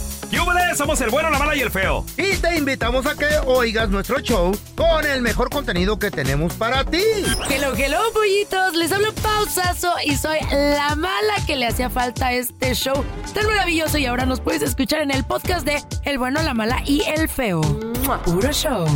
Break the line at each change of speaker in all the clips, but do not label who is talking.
¡Yúbele! Somos el bueno, la mala y el feo.
Y te invitamos a que oigas nuestro show con el mejor contenido que tenemos para ti.
Hello, hello, pollitos. Les hablo pausazo y soy la mala que le hacía falta a este show tan maravilloso. Y ahora nos puedes escuchar en el podcast de El bueno, la mala y el feo. ¡Mua! Puro show.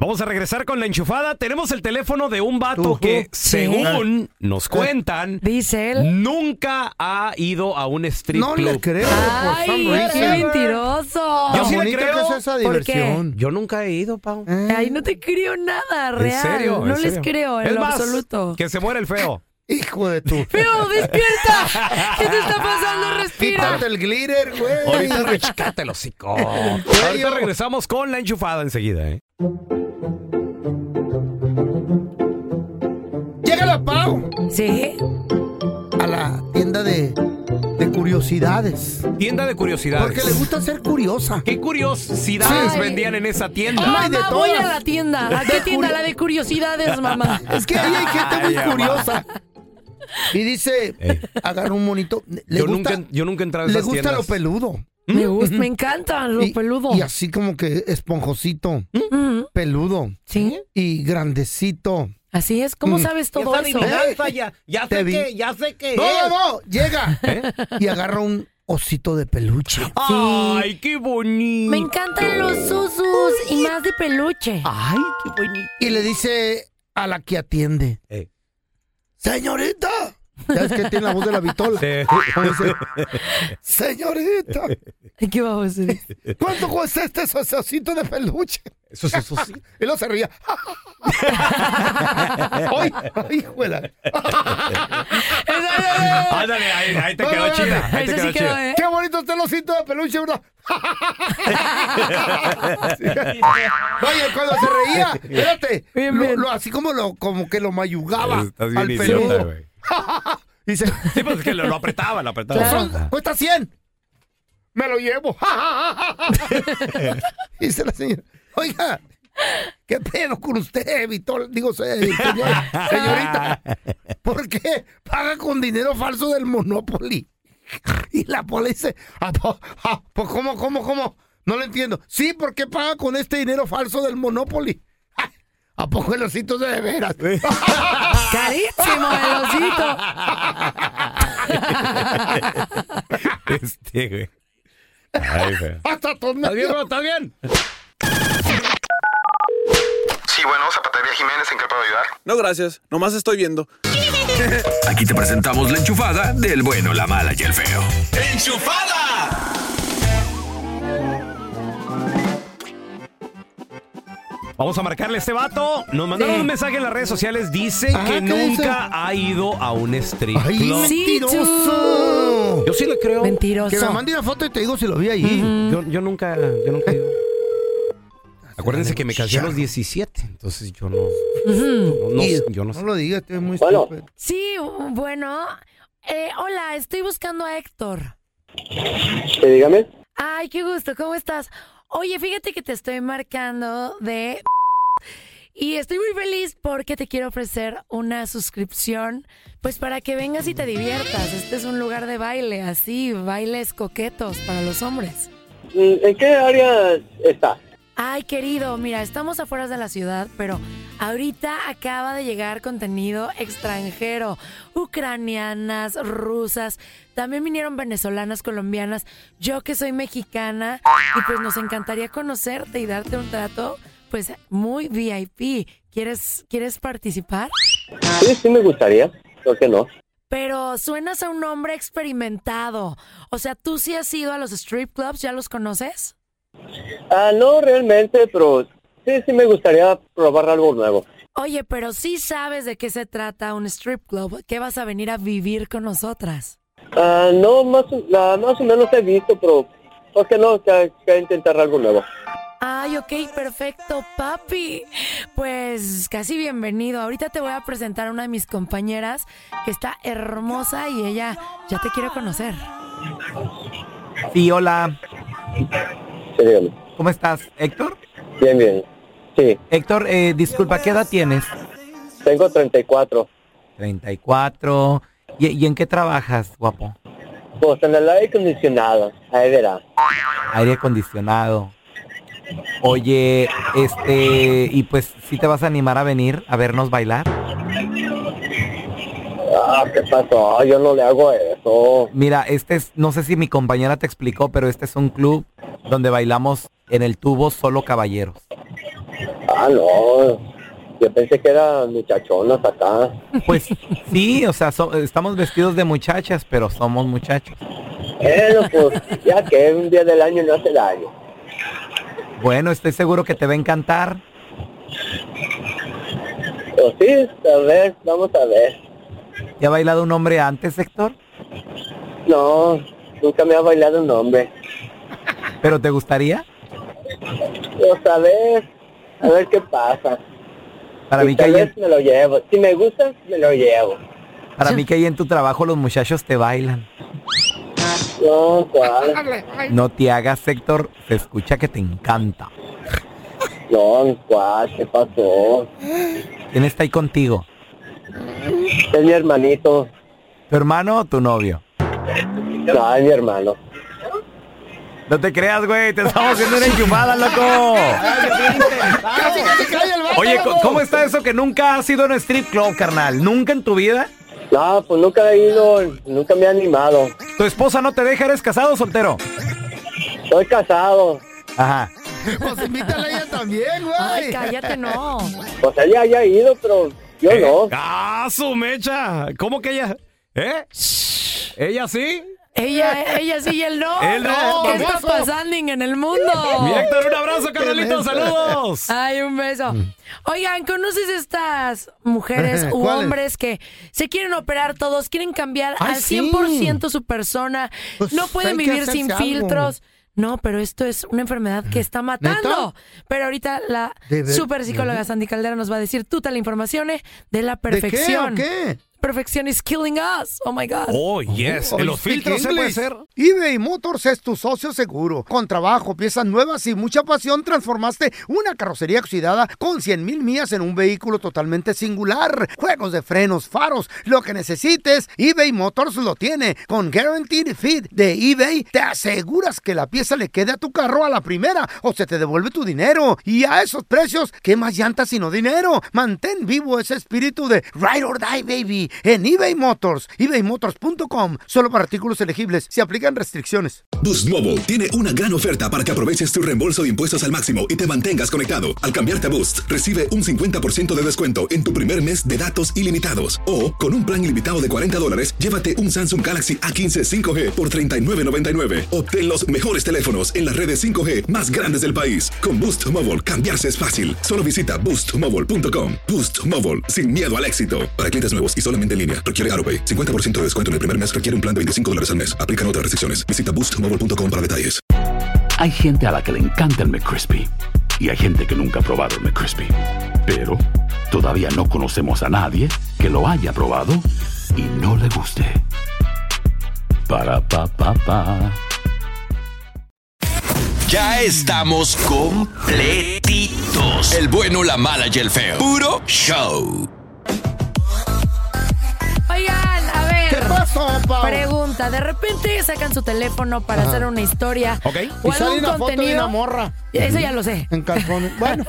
Vamos a regresar con la enchufada. Tenemos el teléfono de un vato que, según nos cuentan,
Dice él.
nunca ha ido a un strip
No
club.
le creo. por
¡Ay,
some
qué
reason.
mentiroso!
Tan
Yo sí le
bonita
creo.
que es esa
¿Por qué?
diversión.
Yo nunca he ido, Pau.
Ay, no te creo nada, real.
¿En serio?
no
¿En
les
serio?
creo en
Es
lo
más,
absoluto.
Que se muera el feo.
Hijo de tu.
¡Feo, despierta! ¿Qué te está pasando? Respira.
Quítate el glitter, güey.
Ahorita rechácate el hocico. Ahorita regresamos con la enchufada enseguida, ¿eh?
Llega la Pau
¿Sí?
a la tienda de, de curiosidades.
Tienda de curiosidades.
Porque le gusta ser curiosa.
¿Qué curiosidades
Sí.
vendían en esa tienda?
Ay, de
Mamá, voy
todas.
a la tienda. ¿A qué tienda? La de curiosidades, mamá.
Es que ahí hay gente muy
Ay, mamá.
curiosa. Y dice, agarra un monito. Le
Eh. Yo
gusta,
nunca, yo nunca he entrado a
le
esas
gusta
tiendas.
lo peludo.
Me gusta, me encantan los
y,
peludos.
Y así como que esponjosito,
Mm,
peludo
¿Sí?
y grandecito.
Así es. ¿Cómo sabes todo eso?
ya,
Te sé vi. que-
ya sé que. ¿Eh?
No, no, no, llega y agarra un osito de peluche.
Ah, ¡Ay, qué bonito!
Me encantan los susus y más de peluche.
Ah.
¡Ay, qué bonito!
Y le dice a la que atiende,
Eh.
señorita. Ya es que tiene la voz de la vitola. Como dice, Señorita,
Ay, ¿Qué vamos a hacer?
¿cuánto cuesta este os- osito de peluche?
Eso, eso, eso sí.
Y lo se ría. ¡Ay, ay, juela!
Ándale, ahí, ahí te quedó chida. Ahí te
Eso
quedó
sí quedó,
chida.
¿eh?
¡Qué bonito está el osito de peluche, bro! Oye, cuando se reía, espérate,
Bien,
lo-
bien.
lo- así como lo, como que lo mayugaba
Estás bien
al
idiota,
peludo.
güey.
Dice,
Sí, pues es que lo, lo apretaba, lo apretaba.
"Son- cuesta 100. Me lo llevo. Dice la señora, oiga, ¿qué pedo con usted, Vitol? Digo, se- señora- señorita, ¿por qué paga con dinero falso del Monopoly? Y la pola dice, "Ah, po- ah, pues cómo, cómo, cómo, no lo entiendo. Sí, ¿por qué paga con este dinero falso del Monopoly? Ah, ¿A poco el osito de veras?
Carísimo el osito.
Este, güey. Ay, feo.
Hasta todo
¿Estás bien, bro? ¿Estás bien?
Sí, bueno, Zapatería Jiménez, ¿en qué puedo ayudar?
No, gracias. Nomás estoy viendo.
Aquí te presentamos la enchufada del bueno, la mala y el feo.
Vamos a marcarle a este vato. Nos mandaron
Sí.
un mensaje en las redes sociales. Dice
Ah,
que
¿qué
nunca
dice?
ha ido a un strip
¡Ay,
club.
Sí,
mentiroso!
Yo sí le creo.
Que me
Mentiroso.
mande una foto y te digo si lo vi ahí.
Yo, yo nunca, yo nunca he ido. Acuérdense que me casé a los 17, entonces yo no, no, no-
Y-
yo no sé.
No lo digas, estoy muy
Bueno.
estúpido.
Sí, bueno. Eh, hola, estoy buscando a Héctor.
Sí, dígame.
Ay, qué gusto, ¿cómo estás? Oye, fíjate que te estoy marcando de... Y estoy muy feliz porque te quiero ofrecer una suscripción, pues para que vengas y te diviertas. Este es un lugar de baile, así, bailes coquetos para los hombres.
Mm, ¿En qué área está?
Ay, querido, mira, estamos afuera de la ciudad, pero ahorita acaba de llegar contenido extranjero. Ucranianas, rusas, también vinieron venezolanas, colombianas. Yo que soy mexicana, y pues nos encantaría conocerte y darte un trato, pues muy VIP. ¿Quieres, ¿quieres participar?
Sí, sí me gustaría. ¿Por qué no?
Pero suenas a un hombre experimentado. O sea, ¿tú sí has ido a los strip clubs? ¿Ya los conoces?
Ah, no realmente, pero sí, sí me gustaría probar algo nuevo.
Oye, pero sí sabes de qué se trata un strip club. ¿Qué vas a venir a vivir con nosotras?
Ah, no, más, o- ah, más o menos he visto, pero ¿por qué no? Que, que intentar algo nuevo.
Ay, ok, perfecto, papi. Pues casi bienvenido. Ahorita te voy a presentar a una de mis compañeras que está hermosa y ella ya te quiere conocer.
Sí, hola.
Sí, dígame.
¿Cómo estás, Héctor?
Bien, bien. Sí.
Héctor, eh, disculpa, ¿qué edad tienes?
Tengo 34.
34. ¿Y, y en qué trabajas, guapo?
Pues en el aire acondicionado, ahí verá.
Aire acondicionado. Oye, este, y pues, si te vas a animar a venir a vernos bailar?
Ah, ¿qué pasó? Yo no le hago eso.
Mira, este es, no sé si mi compañera te explicó, pero este es un club donde bailamos en el tubo solo caballeros.
Ah, no. Yo pensé que eran muchachonas acá.
Pues sí, o sea, so- estamos vestidos de muchachas, pero somos muchachos.
Bueno, pues ya que un día del año no hace daño.
Bueno, estoy seguro que te va a encantar.
Pues sí, a ver, vamos a ver.
¿Te ha bailado un hombre antes, Héctor?
No, nunca me ha bailado un hombre.
¿Pero te gustaría?
Pues a ver, a ver qué pasa.
Para
Y
mí que
tal
hay
vez me lo llevo. Si me gusta, me lo llevo.
Para mí que ahí en tu trabajo los muchachos te bailan.
No, ¿cuál?
No te hagas, Héctor, se escucha que te encanta.
No, ¿cuál? ¿Qué pasó?
¿Quién está ahí contigo?
Es mi hermanito.
¿Tu hermano o tu novio?
No, es mi hermano.
No te creas, güey, te estamos haciendo una enchufada, loco.
Casi, casi cae el vato,
Oye,
loco.
co- ¿cómo está eso que nunca has ido a un strip club, carnal? ¿Nunca en tu vida?
No, pues nunca he ido, nunca me he animado.
¿Tu esposa no te deja? ¿Eres casado o soltero?
Soy casado.
Ajá.
Pues invítala a ella también, güey.
Ay, cállate, no.
Pues ella haya ido, pero yo no.
¡Ah, su mecha! ¿Cómo que ella? ¿Eh? ¿Ella sí?
Ella, ella sí y él no.
Él no,
¿Qué está
baboso.
pasando en el mundo?
Mi Héctor, un abrazo, carnalito, saludos.
Ay, un beso.
Mm.
Oigan, ¿conoces estas mujeres u
¿Cuáles?
hombres que se quieren operar todos, quieren cambiar
Ay,
al
sí.
100% su persona,
Pues,
no
hay
pueden
que
vivir
hacerse
sin
algo.
filtros? No, pero esto es una enfermedad que está matando. Pero ahorita la
De ver-
super psicóloga
¿Neta?
Sandy Caldera nos va a decir toda la información eh, de la
qué o
perfección.
qué?
Perfección is killing us. Oh my God.
Oh, speak English. eBay Motors es tu socio seguro. Con trabajo, piezas nuevas y mucha pasión, transformaste una carrocería oxidada con 100 mil millas en un vehículo totalmente singular. Juegos de frenos, faros, lo que necesites, eBay Motors lo tiene. Con Guaranteed Fit de eBay, te aseguras que la pieza le quede a tu carro a la primera o se te devuelve tu dinero. Y a esos precios, ¿qué más llantas sino dinero? Mantén vivo ese espíritu de Ride or Die, baby, en eBay Motors. ebaymotors.com. Solo para artículos elegibles. Se aplican restricciones.
Boost Mobile tiene una gran oferta para que aproveches tu reembolso de impuestos al máximo y te mantengas conectado. Al cambiarte a Boost, recibe un 50% de descuento en tu primer mes de datos ilimitados. O, con un plan ilimitado de 40 dólares, llévate un Samsung Galaxy A15 5G por $39.99. Obtén los mejores teléfonos en las redes 5G más grandes del país. Con Boost Mobile, cambiarse es fácil. Solo visita boostmobile.com. Boost Mobile, sin miedo al éxito. Para clientes nuevos y solamente en línea, requiere AroPay. 50% de descuento en el primer mes requiere un plan de 25 dólares al mes. Aplican otras restricciones. Visita boostmobile.com para detalles.
Hay gente a la que le encanta el McCrispy y hay gente que nunca ha probado el McCrispy. Pero todavía no conocemos a nadie que lo haya probado y no le guste. Para pa pa pa.
Ya estamos completitos. El bueno, la mala y el feo. Puro show.
Oigan, a ver.
¿Qué pasó, Pau?
Pregunta. De repente sacan su teléfono para
Ajá.
hacer una historia.
Ok.
O
Y sale
algún
una foto de
contenido.
una morra.
Eso ya lo sé.
En calzones. Bueno.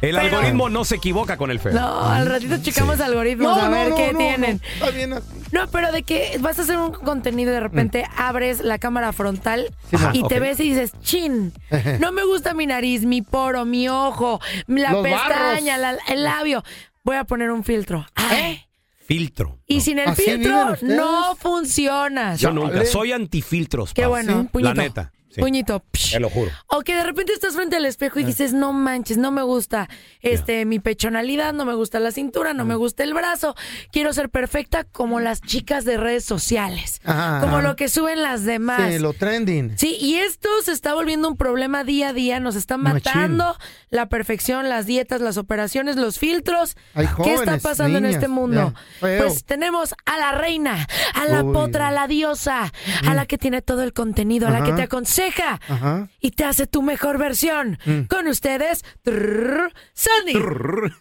El
Pero-
algoritmo no se equivoca con el feo.
No, al ratito checamos algoritmos
No,
a
no,
ver
no,
qué
no,
tienen.
no, está bien así.
No, pero de que vas a hacer un contenido y de repente
Mm.
abres la cámara frontal
Sí, ma.
y
Ajá,
te
ok.
ves y dices, chin, no me gusta mi nariz, mi poro, mi ojo, la
Los
pestaña,
barros.
la- el labio. Voy a poner un filtro. Ay,
Filtro.
Y sin el
¿Eh? ¿Así viven
filtro
ustedes?
no funcionas.
Yo nunca. Soy antifiltros.
Qué
pa.
bueno, puñito.
La neta. sí.
Puñito.
Te lo juro.
O que de repente estás frente al espejo y dices, no manches, no me gusta este mi pechonalidad, no me gusta la cintura, no me gusta el brazo, quiero ser perfecta como las chicas de redes sociales,
Ajá.
como lo que suben las demás.
Sí, lo trending.
Sí, y esto se está volviendo un problema día a día, nos está
Machín.
matando la perfección, las dietas, las operaciones, los filtros.
Hay
¿Qué está
jóvenes,
pasando en
niñas,
este mundo?
ya, feo.
Pues tenemos a la reina, a la
Uy. Mm.
potra, a la diosa, a la que tiene todo el contenido, a la que
Ajá.
te aconseja
Ajá.
y te hace tu mejor versión.
Mm.
Con ustedes, trrr, Sandy Caldera.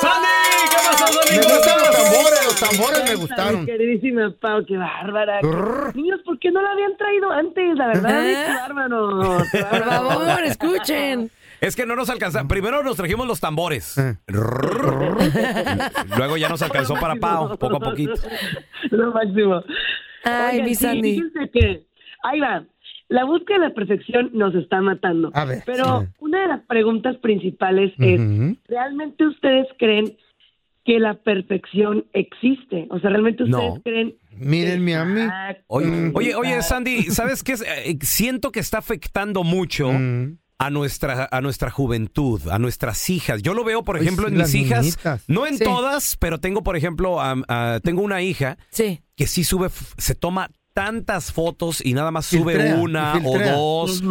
¡Sandy! ¿Qué pasó,
Me gustan los tambores, los tambores me gustaron.
Queridísima Pau, qué bárbara. Niños, ¿por qué no la habían traído antes? La verdad,
¿Eh?
qué bárbaro. qué
Por
bárbaro.
favor, escuchen.
Es que no nos alcanza. Primero nos trajimos los tambores. Luego ya nos alcanzó para Pau, poco a poquito.
Lo máximo.
Ay,
Oigan,
mi
sí,
Sandy.
Fíjense que, ahí va, la búsqueda de la perfección nos está matando.
A ver,
Pero
sí.
una de las preguntas principales es,
Ujú.
¿realmente ustedes creen que la perfección existe? O sea, ¿realmente ustedes
No.
creen?
Mírenme a mí. Mm.
Oye, oye, oye, Sandy, ¿sabes qué? es? Eh, Siento que está afectando mucho
Mm.
a nuestra a nuestra juventud, a nuestras hijas. Yo lo veo, por
Ay,
ejemplo,
sí,
en mis
las
hijas,
niñitas.
no en
Sí.
todas, pero tengo, por ejemplo, a- a- tengo una hija
Sí.
que sí sube, f- se toma tantas fotos y nada más sube
Filtrea,
una o
filtrea.
dos,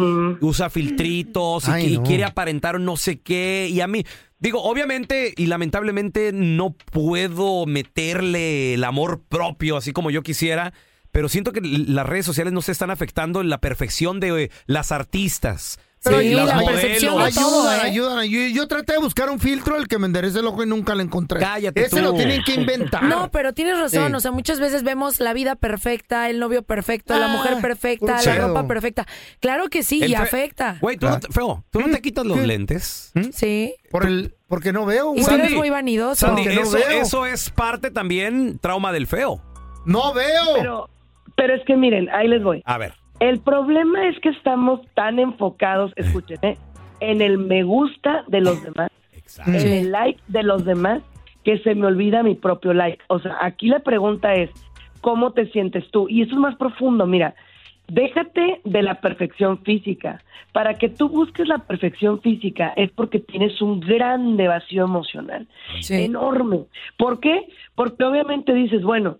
usa filtritos y,
Ay,
qui- y
no.
quiere aparentar no sé qué. Y a mí, digo, obviamente y lamentablemente no puedo meterle el amor propio así como yo quisiera. Pero siento que l- las redes sociales nos están afectando en la perfección de eh, las artistas.
Pero
de
ayuda,
las
ayuda,
modelos.
¿eh?
ayudan, ayudan. Yo, yo traté de buscar un filtro el que me enderece el ojo y nunca lo encontré.
Cállate
Ese
tú.
lo tienen que inventar.
No, pero tienes razón.
Sí.
O sea, muchas veces vemos la vida perfecta, el novio perfecto, la
Ah,
mujer perfecta,
puro
la
pedo.
ropa perfecta. Claro que sí,
El
y
fe-
afecta.
Güey, tú no te- feo, tú no te quitas los
Ah. ¿Qué?
lentes.
Sí.
Por el, porque no veo,
Y
güey.
tú eres muy vanidoso.
Sandy,
Porque no
eso,
veo.
eso es parte también trauma del feo.
No veo.
Pero, pero es que miren, ahí les voy.
A ver.
El problema es que estamos tan enfocados, escuchen, ¿eh? en el me gusta de los demás,
Mm.
en el like de los demás, que se me olvida mi propio like. O sea, aquí la pregunta es, ¿cómo te sientes tú? Y eso es más profundo, mira, déjate de la perfección física. Para que tú busques la perfección física es porque tienes un grande vacío emocional, enorme. ¿Por qué? Porque obviamente dices, bueno,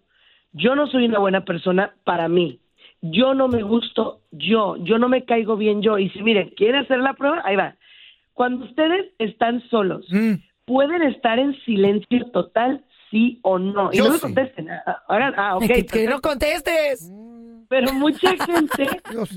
yo no soy una buena persona para mí. Yo no me gusto yo, yo no me caigo bien yo. Y si miren, quieren hacer la prueba, ahí va. Cuando ustedes están solos,
Mm.
¿pueden estar en silencio total, sí o no? Y
Yo
no me
sí.
contesten. ah, Ahora, ah, ok.
Que- que no
contestes. Pero mucha gente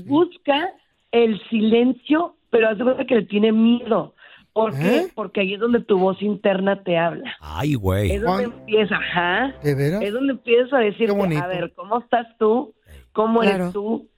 busca el silencio, pero hace cuenta que le tiene miedo. ¿Por qué? Porque ahí es donde tu voz interna te habla.
¿Eh? Ay, güey.
Es donde empieza, ajá.
¿De veras?
Es donde empiezas a decir,
bonito.
a ver, ¿cómo estás tú? ¿Cómo
Claro.
eres tú?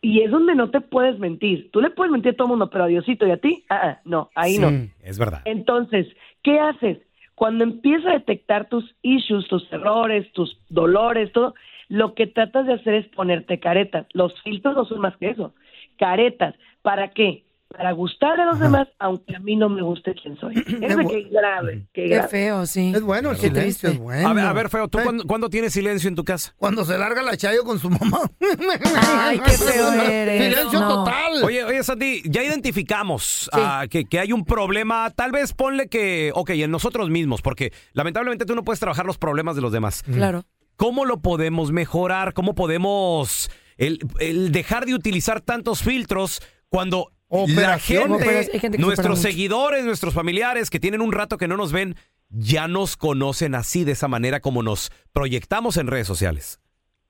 Y es donde no te puedes mentir. Tú le puedes mentir a todo el mundo, pero a Diosito y a ti, ah, ah, no, ahí
Sí,
no.
Es verdad.
Entonces, ¿qué haces? Cuando empiezas a detectar tus issues, tus errores, tus dolores, todo, lo que tratas de hacer es ponerte caretas. Los filtros no son más que eso. Caretas. ¿Para qué? Para gustar a los demás, aunque a mí no me guste quién soy. Fíjate qué grave, qué,
Qué
grave.
feo, sí.
Es bueno el
Claro.
silencio, es bueno.
A ver, a ver, feo, ¿tú cuándo, cuándo tienes silencio en tu casa?
Cuando se larga la chayo con su mamá.
Ay, qué feo eres.
Silencio
No.
total.
Oye, oye, Sandy, ya identificamos ah, que, que hay un problema. Tal vez ponle que, ok, en nosotros mismos, porque lamentablemente tú no puedes trabajar los problemas de los demás.
Claro.
¿Cómo lo podemos mejorar? ¿Cómo podemos el, el dejar de utilizar tantos filtros cuando la
Operación,
gente,
operas- hay gente que se opera
nuestros
mucho.
seguidores, nuestros familiares que tienen un rato que no nos ven, ya nos conocen así, de esa manera como nos proyectamos en redes sociales?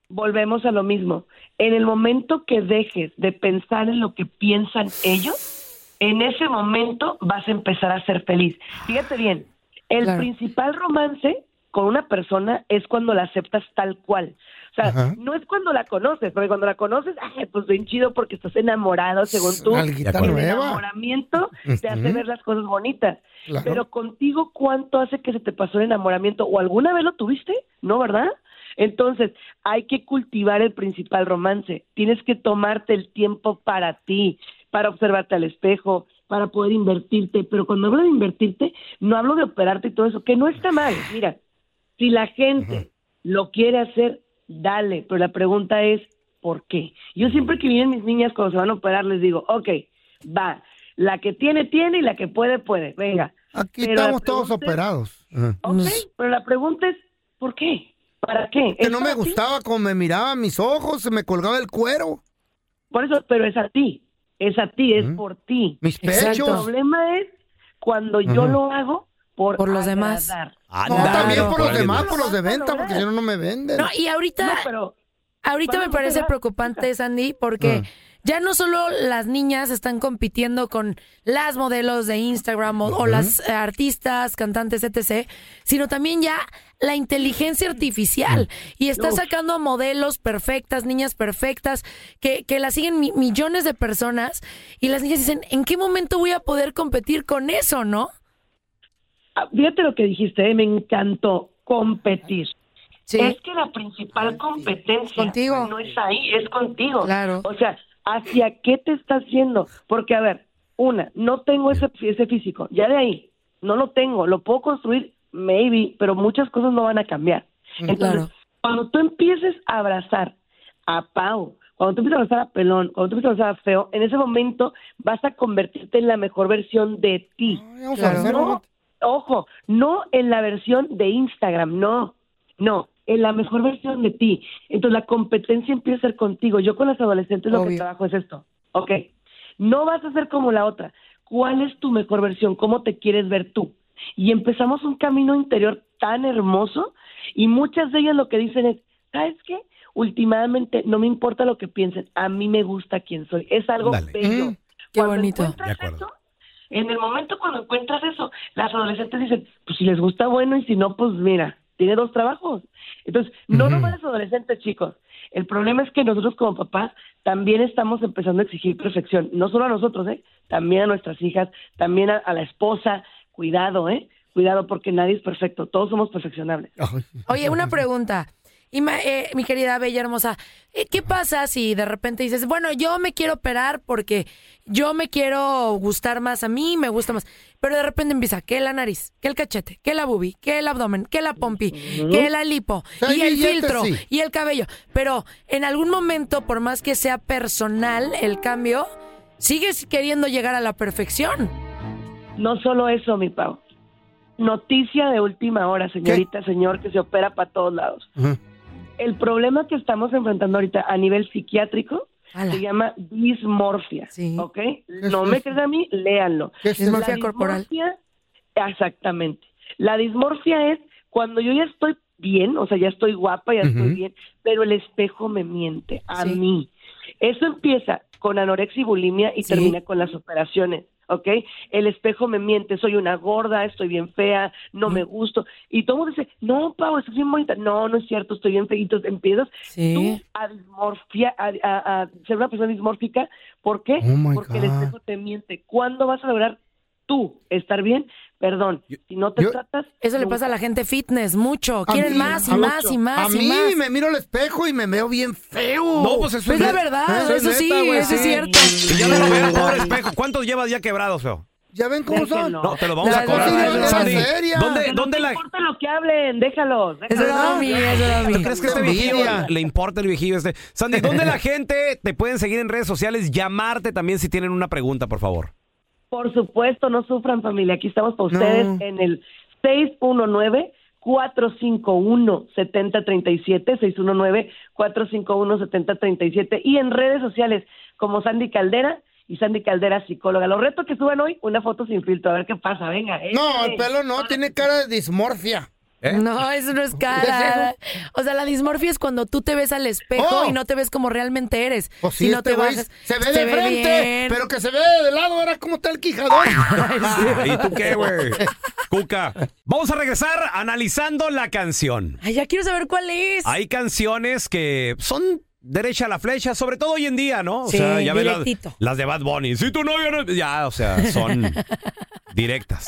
volvemos a lo mismo. En el momento que dejes de pensar en lo que piensan ellos, en ese momento vas a empezar a ser feliz. Fíjate bien, el
Claro.
principal romance con una persona es cuando la aceptas tal cual. O sea,
Ajá.
no es cuando la conoces, porque cuando la conoces, ay, pues bien chido porque estás enamorado, según tú.
Alguita
Pero el
nueva.
enamoramiento te hace
Ujú.
ver las cosas bonitas.
Claro.
Pero contigo, ¿cuánto hace que se te pasó el enamoramiento? ¿O alguna vez lo tuviste? ¿No, verdad? Entonces, hay que cultivar el principal romance. Tienes que tomarte el tiempo para ti, para observarte al espejo, para poder invertirte. Pero cuando hablo de invertirte, no hablo de operarte y todo eso, que no está mal. Mira, si la gente lo quiere hacer, dale. Pero la pregunta es, ¿por qué? Yo siempre que vienen mis niñas cuando se van a operar, les digo, ok, va. La que tiene, tiene y la que puede, puede. Venga.
Aquí
Pero la
estamos todos
pregunta es-
operados. Ajá.
Ok, pero la pregunta es, ¿por qué? ¿Para qué?
Que
¿Es
no me
para ti?
gustaba como me miraban mis ojos, se me colgaba el cuero.
Por eso, pero es a ti. Es a ti, es por ti.
Mm. Mis
El
pechos.
problema es cuando yo
Ujú.
lo hago por,
Por los demás.
agradar.
Ah,
no, también por los
Órale,
demás,
no.
por los de venta, porque si no, no me venden.
No, y ahorita, ahorita me
vamos a
parece
cerrar.
preocupante, Sandy,
Ah.
porque ya no solo las niñas están compitiendo con las modelos de Instagram o, o
Ujú.
las eh, artistas, cantantes, etc., sino también ya la inteligencia artificial. Y está
Uf.
sacando a modelos perfectas, niñas perfectas, que, que las siguen mi- millones de personas. Y las niñas dicen, ¿en qué momento voy a poder competir con eso, no?
Ah, Fíjate lo que dijiste, ¿eh? me encantó competir.
Sí.
Es este que la principal competencia
Contigo.
no es ahí, es contigo.
Claro.
O sea, ¿hacia qué te estás yendo? Porque, a ver, una, no tengo ese, ese físico, ya de ahí, no lo tengo, lo puedo construir, maybe, pero muchas cosas no van a cambiar.
Mm,
Entonces,
claro.
cuando tú empieces a abrazar a Pau, cuando tú empiezas a abrazar a Pelón, cuando tú empiezas a abrazar a Feo, en ese momento vas a convertirte en la mejor versión de ti.
vamos a hacer
No, ojo, no en la versión de Instagram, no, no, en la mejor versión de ti. Entonces la competencia empieza a ser contigo. Yo con las adolescentes lo que
Obvio.
trabajo es esto, ¿ok? No vas a ser como la otra. ¿Cuál es tu mejor versión? ¿Cómo te quieres ver tú? Y empezamos un camino interior tan hermoso y muchas de ellas lo que dicen es, ¿sabes qué? Últimamente no me importa lo que piensen, a mí me gusta quién soy. Es algo
Dale.
bello.
Qué bonito.
De acuerdo. En el momento cuando encuentras eso, las adolescentes dicen, pues si les gusta bueno y si no, pues mira, tiene dos trabajos. Entonces, no nomás los adolescentes, chicos. El problema es que nosotros como papás también estamos empezando a exigir perfección, no solo a nosotros, ¿eh? también a nuestras hijas, también a, a la esposa. Cuidado, ¿eh? Cuidado porque nadie es perfecto, todos somos perfeccionables.
Oye, una pregunta. Ima- eh, mi querida bella hermosa, eh, ¿qué pasa si de repente dices, bueno, yo me quiero operar porque yo me quiero gustar más a mí, me gusta más, pero de repente empieza que la nariz, que el cachete, que la bubi, que el abdomen, que la pompi, que la lipo
Sí, hay
y el
billetes,
filtro
sí.
y el cabello, pero en algún momento, por más que sea personal el cambio, sigues queriendo llegar a la perfección.
No solo eso, mi Pau. Noticia de última hora, señorita, señor, que se opera para todos lados.
Ujú.
El problema que estamos enfrentando ahorita a nivel psiquiátrico se llama dismorfia, ¿ok?
es
No me
eso?
crean a mí, léanlo.
¿Qué es
La
dismorfia corporal?
dismorfia- Exactamente. La dismorfia es cuando yo ya estoy bien, o sea, ya estoy guapa, ya estoy
Ujú.
bien, pero el espejo me miente a mí. Eso empieza con anorexia y bulimia y termina con las operaciones, ¿ok? El espejo me miente, soy una gorda, estoy bien fea, no me gusto. Y todo el mundo dice, no, Pau, estoy bien bonita. No, no es cierto, estoy bien feita. Entonces empiezas tú a dismorfia, a, a- a ser una persona dismórfica. ¿Por qué?
Oh, my
Porque el
God.
espejo te miente. ¿Cuándo vas a lograr tú estar bien? Perdón, si no te tratas...
Eso le
nunca.
pasa a la gente fitness mucho, quieren
mí,
más y
a
más
mucho.
y más
A
y
mí
más.
me miro al espejo y me veo bien feo.
No, pues eso
es la verdad, eso sí, eso es cierto.
Y ya me lo veo, pobre espejo. ¿cuántos llevas ya quebrados, feo?
¿Ya ven cómo son?
No, te lo vamos a cobrar. Sandy, ¿Dónde, dónde la,
No importa lo que hablen, déjalos. déjalos.
¿Tú crees que este viejillo le importa el viejillo este? Sandy, ¿dónde la gente te pueden seguir en redes sociales? Llamarte también si tienen una pregunta, por favor.
Por supuesto, no sufran familia. Aquí estamos para ustedes en el 619 451 7037 619 451 7037 y en redes sociales como Sandy Caldera y Sandy Caldera psicóloga. Los retos que suban hoy, una foto sin filtro, a ver qué pasa, venga.
No,
échale.
el pelo no, tiene cara de dismorfia.
¿Eh?
No, eso no es cara. O sea, la dismorfia es cuando tú te ves al espejo y no te ves como realmente eres.
Oh. Pues sí,
si no
este
te
güey
bajas,
se ve de frente, pero que se ve de lado, era como está el quijadón.
Ah, ¿Y tú qué, güey? Cuca. Vamos a regresar analizando la canción.
Ay, ya quiero saber cuál es.
Hay canciones que son derecha a la flecha, sobre todo hoy en día, ¿no? O
Sí,
sea, ya ves las,
directito.
las de Bad Bunny. Si tu novio no... Ya, o sea, son directas.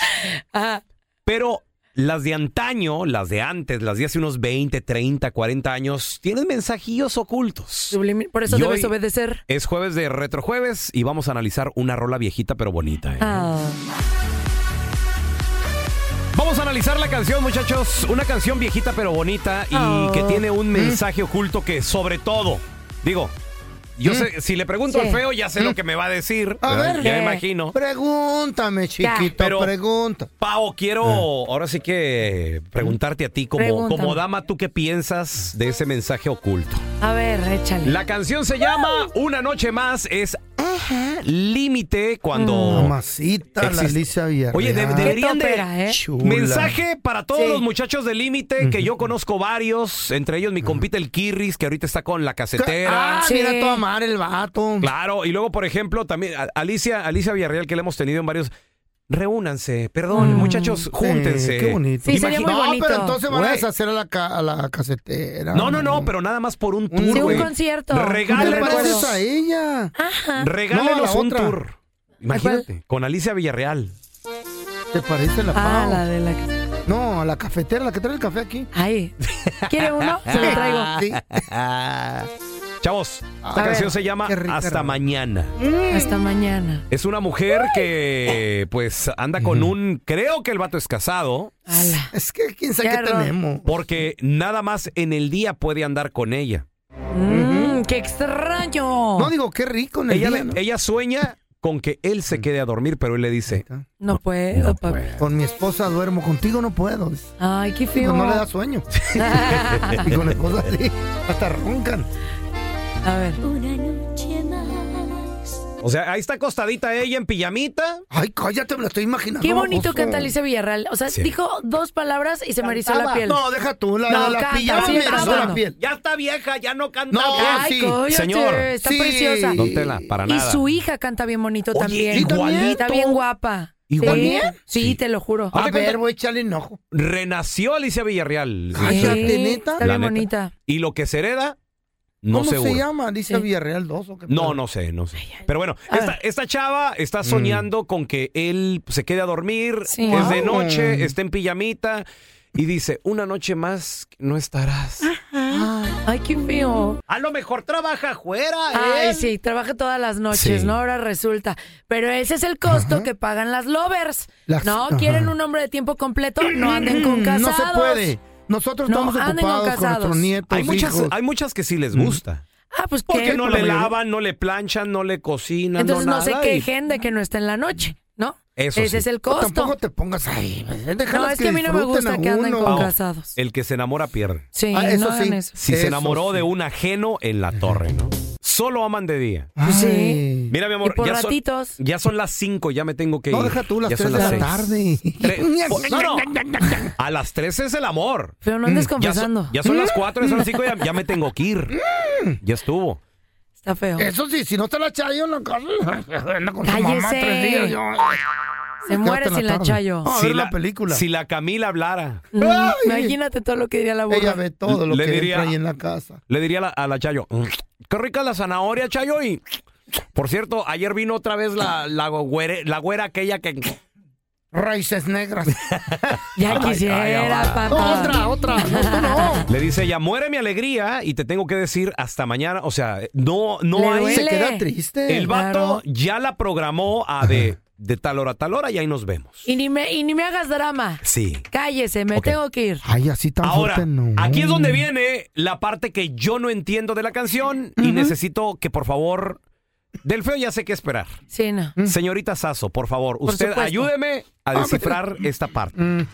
Pero las de antaño, las de antes, las de hace unos 20, 30, 40 años, tienen mensajillos ocultos.
Sublimi- Por eso
Y
debes
hoy
obedecer.
Es jueves de retrojueves y vamos a analizar una rola viejita pero bonita. ¿eh?
Ah.
Vamos a analizar la canción, muchachos. Una canción viejita pero bonita y
Oh.
que tiene un mensaje oculto que, sobre todo, digo, yo
Mm.
sé, si le pregunto
Sí. Mm.
al feo, ya sé lo que me va a decir.
A
¿verdad?
ver.
Ya me imagino.
Pregúntame, chiquito,
Pero-
pregunta.
Pao, quiero
Eh.
ahora sí que preguntarte a ti, como,
Pregúntame.
como dama, ¿tú qué piensas de ese mensaje oculto?
A ver, échale.
La canción se llama Una noche más, es ajá, límite cuando...
Mm.
Mm. Mamacita, la
existe-
Alicia Villarreal.
Oye, de- deberían de...
Chula.
Mensaje para todos
Sí.
los muchachos del límite, que yo conozco varios, entre ellos mi compita el Kirris, que ahorita está con la casetera.
Ah, mira toda madre el vato.
Claro, y luego, por ejemplo, también a- Alicia, Alicia Villarreal, que la hemos tenido en varios. Reúnanse, perdón, muchachos, júntense.
Eh, Mm. qué bonito.
Imagina-
no, pero entonces van a
Güey,
deshacer a la, ca- a la casetera.
No, no, no, pero nada más por un tour.
Sí, un
güey.
concierto. ¿Te
Regálenos,
pareces a ella?
Ajá.
regálenos
No, a la
un
otra.
tour. Imagínate, con Alicia Villarreal.
¿Te parece la
Ah,
Pau?
la de la.
No, a la cafetera, la que trae el café aquí.
Ay, ¿quiere uno? Se lo traigo.
Sí.
Chavos,
A
la
ver,
canción se llama
qué rica
Hasta
rola.
Mañana.
Hasta mañana.
Es una mujer que, pues, anda con un. Creo que el vato es casado.
Es que quién sabe qué
Claro.
tenemos.
Porque nada más en el día puede andar con ella.
Mm, ¡Qué extraño!
No digo, qué rico en el
Ella,
día,
le-
¿no? Mm.
ella sueña con que él se quede a dormir, pero él le dice:
No puedo, papi.
Con mi esposa duermo, contigo no puedo.
Ay, qué
Pues
feo.
no le da sueño. y con la esposa sí, hasta roncan.
A ver.
O sea, ahí está acostadita ella en pijamita.
Ay, cállate, me lo estoy imaginando.
Qué bonito canta Alicia Villarreal. O sea,
Sí.
dijo dos palabras y se me erizó la
Cantaba.
piel.
No, deja tú, la- la
canta,
pijama
sigue
me erizó la
cantando.
piel.
Ya está vieja, ya no canta.
No,
Ay,
sí.
coyote,
Señor.
está
Sí.
preciosa.
No tela, para
Y
nada.
su hija canta bien bonito
Oye,
también.
igualito.
Está bien guapa.
¿Igualito?
Sí, sí, te lo juro.
A ver,
voy a echarle enojo.
Renació Alicia Villarreal.
Sí,
La
está bien
neta.
bonita.
Y lo que se hereda, no
¿Cómo
seguro.
se llama? Alicia Villarreal 2 o qué?
No, no sé, no sé. Pero bueno, esta, esta chava
Mm.
está soñando con que él se quede a dormir,
Sí.
es de
Ah.
noche, está en pijamita y dice, una noche más no estarás.
Ah.
Ay, qué feo.
A lo mejor trabaja afuera.
Ay,
él.
sí, trabaja todas las noches,
Sí.
¿no? Ahora resulta. Pero ese es el costo que pagan las lovers.
Las-
no
ajá.
quieren un hombre de tiempo completo, no anden con
Mm, No
casados.
se puede. Nosotros
No,
estamos
anden con
ocupados con nuestros
casados.
nietos,
Hay muchas,
hijos.
hay muchas que sí les
Mm.
gusta.
Ah, pues
Porque
¿qué?
no
Por
le
la mayoría.
lavan, no le planchan, no le cocinan,
Entonces
no
no,
nada.
se
y-
quejen de que no está en la noche, ¿no?
Eso
Ese
sí.
es el
Pero
costo.
Tampoco te pongas ahí. eh,
No, es que, a mí no me gusta que anden con casados.
El que se enamora pierde.
Sí,
Ah, eso
no hagan
sí.
eso.
Si se
Eso
enamoró
sí.
de un ajeno en la torre, ¿no? Solo aman de día.
Pues
sí.
Mira, mi amor,
Y por
ya, son,
ratitos.
ya son las 5, ya me tengo que ir.
No, deja tú las
ya
3
son
de la
seis.
tarde.
Tres- pues, No, no. A las 3 es el amor.
Pero no andes
Mm. Ya son-
confesando.
Ya son, las 4, ya son las 5, ya, ya me tengo que ir. Ya estuvo.
Está feo.
Eso sí, si no está la chayo en la casa, anda con su mamá
Cállese.
tres días. yo- eh,
Se muere
Quédate en
sin la
tarde.
Chayo.
Vamos a ver la película.
Si la Camila hablara,
Mm,
Ay.
Imagínate todo lo que diría la burra.
Ella ve todo lo
Le
que
diría-
entra ahí en la casa.
le diría a la, a la Chayo, "Mm, qué rica la zanahoria, Chayo. Y, por cierto, ayer vino otra vez la, la, güere- la güera aquella que...
Raíces negras.
Ya
Ay,
quisiera,
ay, ay.
papá.
otra, otra. No, esto no.
Le dice ella, muere mi alegría y te tengo que decir hasta mañana. O sea, no, no
Le
hay.
duele.
Se queda triste.
El vato ya la programó a de, de tal hora a tal hora y ahí nos vemos.
Y ni, me, y ni me hagas drama.
Sí.
Cállese, me tengo que ir.
Ay, así tan
Ahora,
fuerte no.
aquí es donde viene la parte que yo no entiendo de la canción y necesito que por favor, del feo ya sé qué esperar.
Sí, no.
Señorita Sasso, por favor,
Por
usted
supuesto.
ayúdeme a descifrar esta parte.
Mm.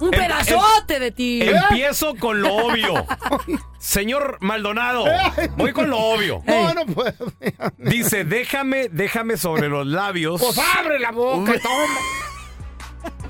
Un
Em-
pedazote de ti.
Empiezo con lo obvio. Señor Maldonado, voy con lo obvio.
No, no puedo.
Dice, déjame, déjame sobre los labios.
Pues abre la boca, toma.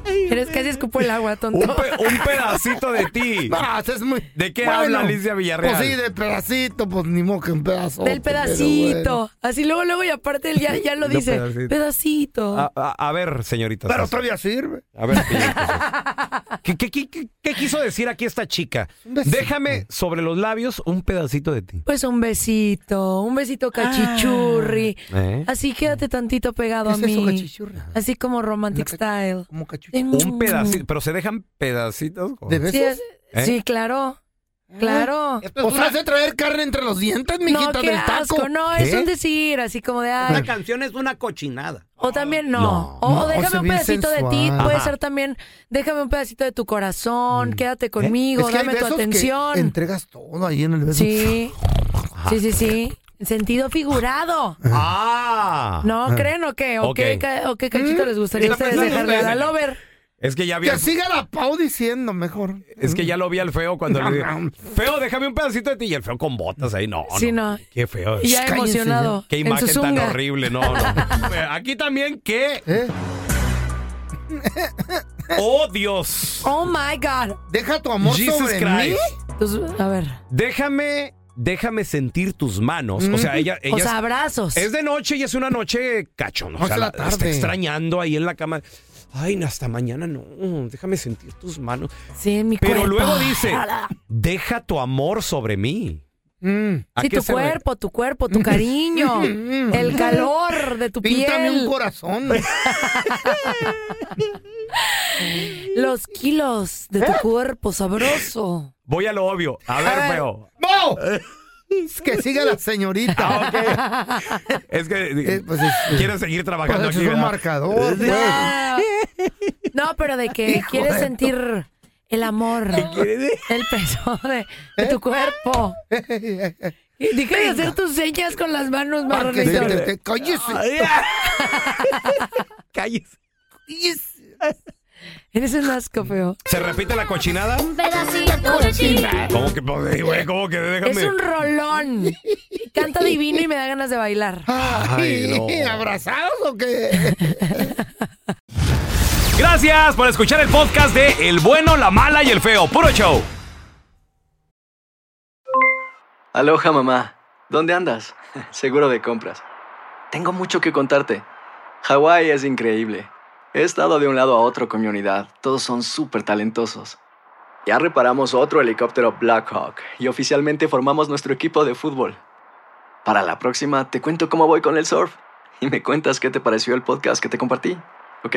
Eres casi escupo el agua, tonto.
Un, pe- un pedacito de ti.
No, es muy...
¿De qué
Bueno,
habla Alicia Villarreal?
Pues sí, del pedacito, pues ni modo que un pedazo.
Del pedacito. Así luego, luego, y aparte él ya, ya lo
Del
dice.
pedacito.
Pedacito.
Ah.
A, a- a ver, señorita.
Pero
Sasa.
todavía sirve.
A ver, señorita. ¿Qué, qué, qué- qué- qué quiso decir aquí esta chica? Déjame sobre los labios un pedacito de ti.
Pues un besito, un
Ah.
besito cachichurri.
¿Eh?
Así quédate tantito pegado
¿Qué es
a mí.
eso, cachichurri?
Así como romantic style. Mm.
Como
Un pedacito. Pero se dejan pedacitos.
¿De besos?
Sí, es-
¿Eh?
sí, claro. Claro.
O sea, hace traer carne entre los dientes, mijita,
no, qué
del taco. ¿Eh?
asco, No, es
¿Qué?
un decir, así como de... ay,
canción es una cochinada.
O también no.
No.
O,
No,
o déjame
se
un
ve
pedacito de ti.
sensual.
Puede
Ajá. Mm.
ser también, déjame un pedacito de tu corazón,
Eh,
quédate conmigo,
Es que hay
dame tu
besos que
atención.
entregas todo ahí en el beso.
Sí. Sí, sí, sí. En Sentido figurado.
Ah.
¿No creen o qué? ¿O,
Ok. Mm.
qué, ca- o qué cachito les gustaría a
Está
ustedes
pensando
dejar de
usted.
dar lover?
Es que ya vi.
Que siga la Pau diciendo mejor.
Es que ya lo vi al feo cuando le dije, feo, déjame un pedacito de ti. Y el feo con botas ahí, no.
Sí, no.
Qué feo.
Y ya
Pues Cállense
emocionado,
Qué
en
imagen
su
tan
zunga.
horrible, no, no. Aquí también, ¿qué?
¿Eh?
Oh, Dios.
Oh my God.
Deja tu amor
Jesus
sobre
Christ.
Entonces, a ver.
Déjame, déjame sentir tus manos. O sea, ella. ella
o sea,
es-
abrazos.
Es de noche y es una noche cachón. O
Once
sea,
de
la,
la tarde.
está extrañando ahí en la cama. Ay, no, hasta mañana no. Déjame sentir tus manos.
Sí, en mi
Pero
cuerpo. Ah,
luego dice, deja tu amor sobre mí. ¿A
Sí,
qué
tu
se re-
cuerpo, tu cuerpo, tu cariño, el calor de tu
Píntame
piel,
un corazón.
los kilos de tu
¿Eh?
cuerpo sabroso.
Voy a lo obvio. A ver, feo.
¡No! Es que siga la
Ah,
señorita.
Es que eh, quiero seguir trabajando
Pues,
aquí.
es un
¿verdad?
marcador, pues.
No, pero de que
Hijo
quieres
de-
sentir el amor, el peso de, de
¿Eh?
tu cuerpo. Y Deja de hacer tus señas con las manos,
Para que
marronito.
te- te- cállese.
Cállese.
Eres un asco, feo.
¿Se repite la cochinada?
pedacito de ti.
¿Cómo que, pues, güey, cómo que déjame?
Es un rolón. Canta divino y me da ganas de bailar.
Ay, no.
¿Abrazados o qué?
Gracias por escuchar el podcast de El bueno, la mala y el feo. Puro show.
Aloha mamá, ¿dónde andas? Seguro de compras. Tengo mucho que contarte. Hawái es increíble. He estado de un lado a otro con mi unidad. Todos son súper talentosos. Ya reparamos otro helicóptero Blackhawk y oficialmente formamos nuestro equipo de fútbol. Para la próxima te cuento cómo voy con el surf y me cuentas qué te pareció el podcast que te compartí, ¿ok?